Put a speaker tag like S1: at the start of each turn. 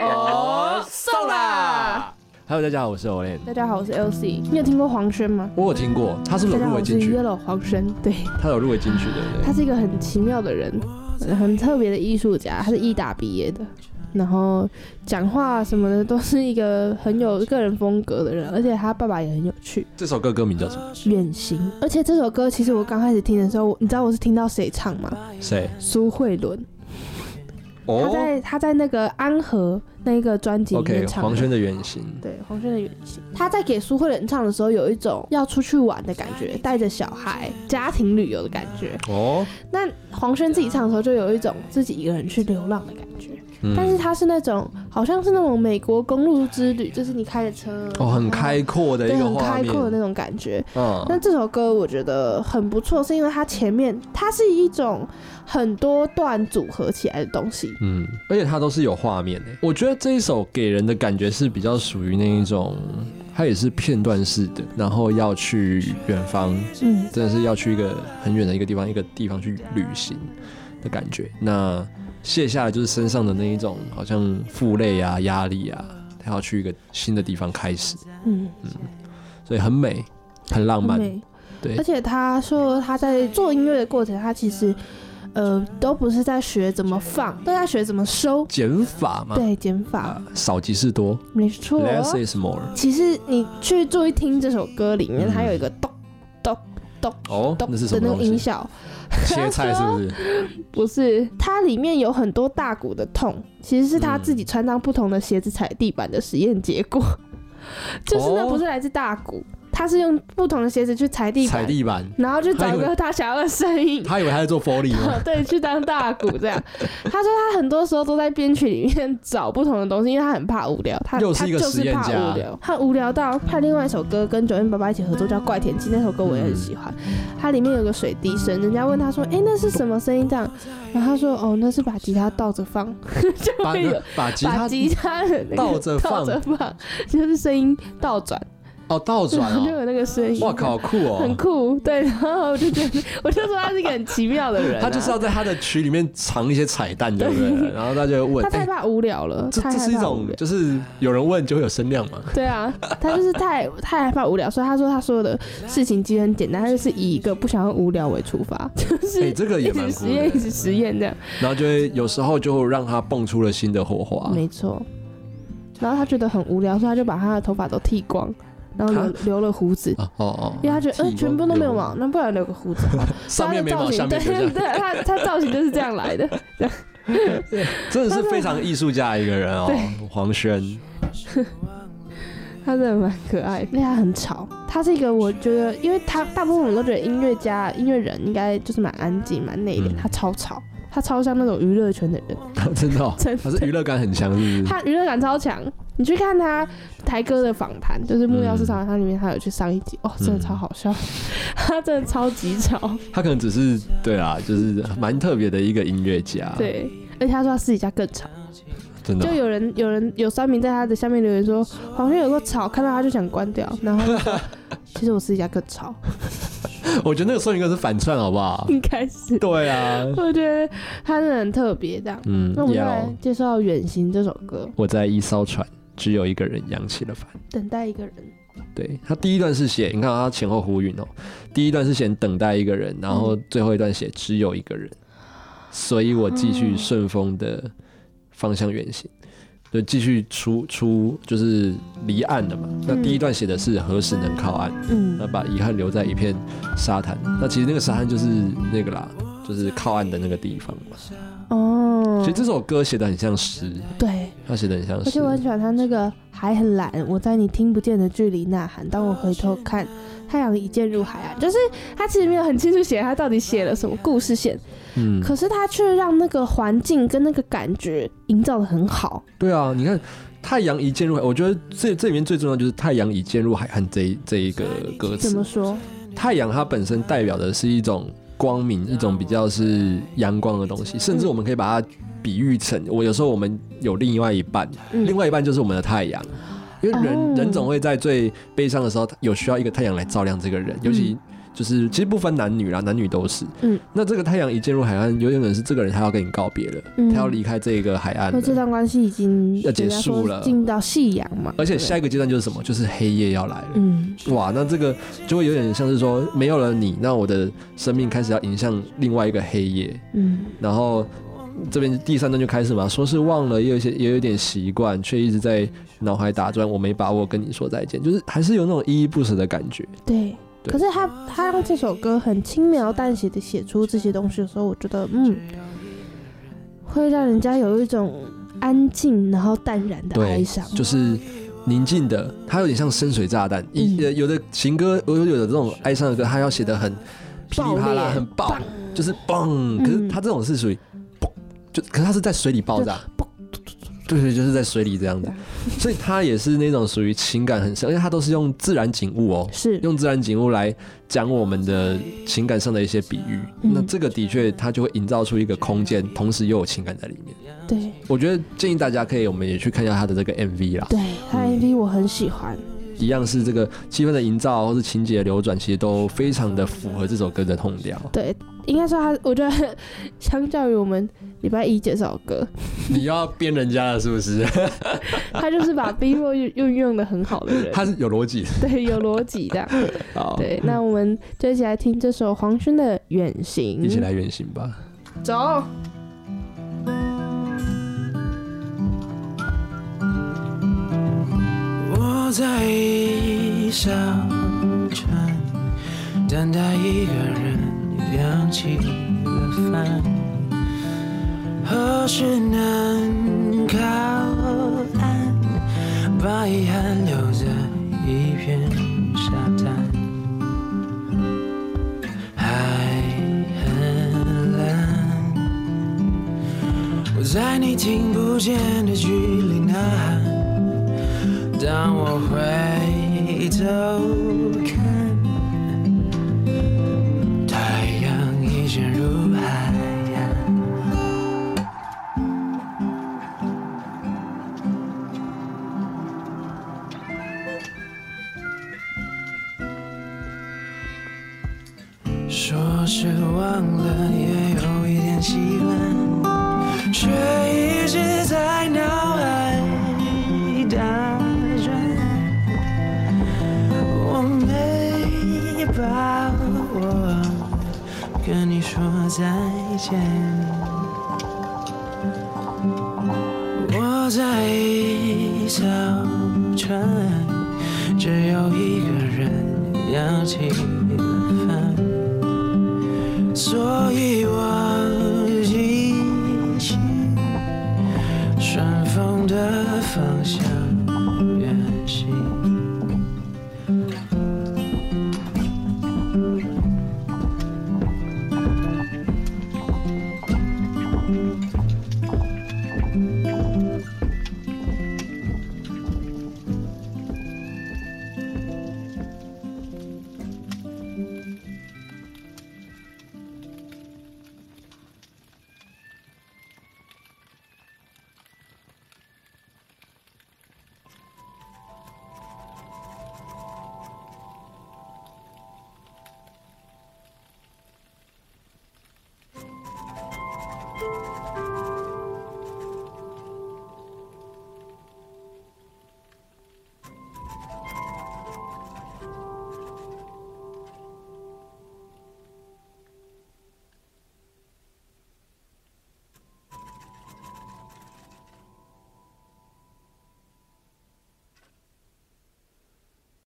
S1: 哦
S2: 哦
S1: Hello，大家好，我是 Olen。
S2: 大家好，我是 LC。你有听过黄轩吗？
S1: 我有听过，他是不
S2: 大家
S1: 是有入
S2: 好，
S1: 围
S2: 我
S1: 进
S2: 是
S1: 去？
S2: Yellow 黄轩。对，
S1: 他有入围进去，对不
S2: 他
S1: 对？
S2: 是一个很奇妙的人，呃很特别的艺术家。他是艺大毕业的，然后讲话什么的都是一个很有个人风格的人，而且他爸爸也很有趣。
S1: 这首歌歌名叫什么？
S2: 远行，而且这首歌其实我刚开始听的时候，我你知道我是听到谁唱吗？
S1: 谁？
S2: 苏慧伦，他
S1: 哦
S2: 在他在那个安和那个专辑里
S1: ，OK，
S2: 面唱的。
S1: 黄轩的原型。
S2: 对黄轩的远行，他在给苏慧伦唱的时候，有一种要出去玩的感觉，带着小孩家庭旅游的感觉。
S1: 哦，
S2: 那黄轩自己唱的时候，就有一种自己一个人去流浪的感觉。
S1: 嗯
S2: 但是他是那种好像是那种美国公路之旅，就是你开着车，
S1: 哦，很开
S2: 然后
S1: 阔的
S2: 对，
S1: 一个
S2: 很
S1: 画
S2: 开
S1: 面
S2: 阔，的那种感觉。那
S1: 嗯，
S2: 这首歌我觉得很不错，是因为它前面它是一种很多段组合起来的东西，
S1: 嗯，而且它都是有画面的。我觉得这一首给人的感觉是比较属于那一种，它也是片段式的，然后要去远方，
S2: 嗯，
S1: 真的是要去一个很远的一个地方，一个地方去旅行的感觉。那卸下来就是身上的那一种好像负累啊、压力啊，他要去一个新的地方开始，
S2: 嗯，
S1: 所以很美，很浪
S2: 很
S1: 漫。
S2: 美。
S1: 对
S2: 而且他说他在做音乐的过程，他其实呃都不是在学怎么放，都在学怎么收，
S1: 减法嘛，
S2: 对，哦减法，
S1: 啊，少即是多
S2: 没错。
S1: ，less is more。
S2: 其实你去注意听这首歌里面，
S1: 嗯
S2: 它有一个咚咚咚
S1: 哦，
S2: 咚
S1: 那是什
S2: 的
S1: 么
S2: 那
S1: 东
S2: 个音
S1: 西？
S2: 效，
S1: 切菜是不是？
S2: 不是，它里面有很多大鼓的痛，其实是他
S1: 嗯
S2: 自己穿上不同的鞋子踩地板的实验结果， 就是那
S1: 哦
S2: 不是来自大鼓，他是用不同的鞋子去踩地
S1: 踩
S2: 板，
S1: 地板。
S2: 然后就找一
S1: 他以
S2: 个他想要的声音。
S1: 他以为他在做 Foley 吗？
S2: 对，去当大鼓这样。他说他很多时候都在编曲里面找不同的东西，因为他很怕无聊，他
S1: 又是
S2: 他
S1: 一个
S2: 就
S1: 实
S2: 是
S1: 验
S2: 怕
S1: 家
S2: 无聊，他无聊到他另外一首歌跟九零八八一起合作叫《怪天气》，那首歌我也
S1: 嗯
S2: 很喜欢。它里面有个水滴声，人家问他说：“哎、那是什么声音？”这样，然后他说：“哦，那是把吉他倒着放， 就
S1: 把
S2: 会有
S1: 把吉
S2: 把
S1: 他
S2: 吉他的那个
S1: 倒着放
S2: 倒着放，就是声音倒转，
S1: 哦倒转
S2: 然后就
S1: 哦，
S2: 有那个声音。”
S1: 哇靠，好酷
S2: 很
S1: 哦！
S2: 酷，对，然后我就觉得，我就说他是一个很奇妙的人啊、
S1: 他就是要在他的曲里面藏一些彩蛋，对不对？然后大家就会问
S2: 他，太
S1: 哎，
S2: 怕无聊了，
S1: 这
S2: 太
S1: 这
S2: 害
S1: 是一
S2: 怕无
S1: 种
S2: 聊
S1: 就是有人问就会有声量嘛？
S2: 对啊，他就是太太害怕无聊，所以他说他所有的事情其实很简单，他就是以一个不想要无聊为出发， 就是
S1: 哎，这个
S2: 一
S1: 也蛮
S2: 直
S1: 酷
S2: 实验， 一
S1: 的。
S2: 直实验这样，
S1: 然后就会有时候就让他蹦出了新的火花。
S2: 没错。然后他觉得很无聊，所以他就把他的头发都剃光，然后留
S1: 啊
S2: 留了胡子。
S1: 啊哦哦，
S2: 因为他觉
S1: 剃
S2: 得，嗯、
S1: 光
S2: 全部都没有
S1: 留
S2: 毛，那不然留个胡子吧。
S1: 上面没
S2: 所
S1: 毛，
S2: 以
S1: 下
S2: 他的
S1: 面
S2: 造型
S1: 留下
S2: 对对，他他造型就是这样来的。
S1: 真的是非常艺术家的一个人哦，黄轩。
S2: 他真的蛮可爱的，而且他很吵。他是一个我觉得，因为他大部分我都觉得音乐家、音乐人应该就是蛮安静、蛮内敛
S1: 嗯，
S2: 他超吵，他超像那种娱乐圈的 人，
S1: 真的、哦，
S2: 真
S1: 他是
S2: 的，
S1: 娱乐感很强，是不是？
S2: 他娱乐感超强。你去看他台哥的访谈，就是木曜市场他里面他有去上一集，哦，
S1: 嗯
S2: 真的超好笑， 他真的超级 吵，
S1: 他可能只是对啊，就是蛮特别的一个音乐家，，
S2: 对。而且他说他私底下更吵，
S1: 真的
S2: 就
S1: 哦。
S2: 有人有人有酸民在他的下面留言说黄轩有个吵，看到他就想关掉，然后他就说 其实我私底下更吵，
S1: 我觉得那个说明哥是反串，好不好？
S2: 应该是
S1: 对啊，
S2: 我觉得他真的很特别，这样。
S1: 嗯
S2: 那我，们就来
S1: 要
S2: 介绍《远行》这首歌，
S1: 我在一艘船，只有一个人扬起了帆。
S2: 等待一个人。
S1: 对他第一段是写，你看他前后呼应哦，第一段是写等待一个人，然
S2: 嗯
S1: 后最后一段写只有一个人，所以我继续顺风的方向远行。就继续出出就是离岸了嘛。那第一段写的是何时能靠岸，那
S2: 嗯，
S1: 把遗憾留在一片沙滩。那其实那个沙滩就是那个啦，就是靠岸的那个地方嘛。
S2: 哦
S1: 其实，这首歌写的很像诗，
S2: 对，
S1: 它写的很像
S2: 而且
S1: 诗
S2: 我。很喜欢他那个海很蓝，我在你听不见的距离呐喊，当我回头看，太阳已渐入海岸。就是他其实没有很清楚写他到底写了什么故事线，
S1: 嗯，
S2: 可是他却让那个环境跟那个感觉营造的很好。
S1: 对啊，你看太阳一渐入海，我觉得这这里面最重要就是太阳已渐入海岸这一这一个歌
S2: 怎
S1: 词
S2: 么。说？
S1: 太阳它本身代表的是一种光明，一种比较是阳光的东
S2: 嗯
S1: 西，甚至我们可以把它比喻成，我有时候我们有另外一半，另
S2: 嗯，
S1: 外一半就是我们的太阳，因为人、
S2: 哦
S1: 人总会在最悲伤的时候，有需要一个太阳来照亮这个人。尤其就是其实不分男女啦，男女都是。
S2: 嗯，
S1: 那这个太阳一进入海岸，有点可能是这个人他要跟你告别了，
S2: 嗯
S1: 他要离开这个海岸
S2: 那这
S1: 了。
S2: 段关系已经
S1: 要结
S2: 人家说
S1: 束了
S2: 进到夕阳嘛，
S1: 而且
S2: 对不对
S1: 下一个阶段就是什么？就是黑夜要来了。
S2: 嗯
S1: 哇，那这个就会有点像是说，没有了你，那我的生命开始要迎向另外一个黑夜。
S2: 嗯
S1: 然后这边第三段就开始嘛，说是忘了，也有一些也有一点习惯，却一直在脑海打转。我没把握跟你说再见，就是还是有那种依依不舍的感觉。
S2: 对。
S1: 对
S2: 可是他他让这首歌很轻描淡写的写出这些东西的时候，我觉得嗯，会让人家有一种安静然后淡然的
S1: 对
S2: 哀伤。
S1: 就是宁静的，它有点像深水炸弹。一、
S2: 嗯
S1: 呃有的情歌，有有的这种哀伤的歌，它要写的很噼里啪
S2: 爆
S1: 啦，
S2: 裂
S1: 很爆，就是嘣。可是它这种是属于嘣，就可是它是在水里爆炸，对对，就是在水里这样子。所以它也是那种属于情感很深，而且它都是用自然景物哦。
S2: 是
S1: 用自然景物来讲我们的情感上的一些比喻，
S2: 嗯
S1: 那这个的确它就会营造出一个空间，同时又有情感在里面。
S2: 对
S1: 我觉得建议大家可以，我们也去看一下它的这个 MV 啦。
S2: 对，他
S1: 嗯
S2: MV 我很喜欢。
S1: 一样是这个气氛的营造或是情节的流转，其实都非常的符合这首歌的痛调。
S2: 对，应该说他，我觉得相较于我们礼拜一介绍的 歌，
S1: 你要编人家了是不 是？
S2: 他就是把 B 弱运运用的很好的人，
S1: 他是有逻辑。
S2: 对，有逻辑的。
S1: 好，
S2: 对，那我们就一起来听这首黄轩的《远行》，
S1: 一起来原型吧。
S2: 走。
S3: 我在异乡城等待一个人亮起了饭，何时能靠岸？把遗憾留在一片沙滩，海很蓝，我在你听不见的距离呐喊。当我回头看，太阳已潜入海岸。说是忘了，也有一点习惯，却一直在脑海打转。我没把握跟你说再见。我在一艘船，只有一个人要起了帆。所以我继续顺风的方向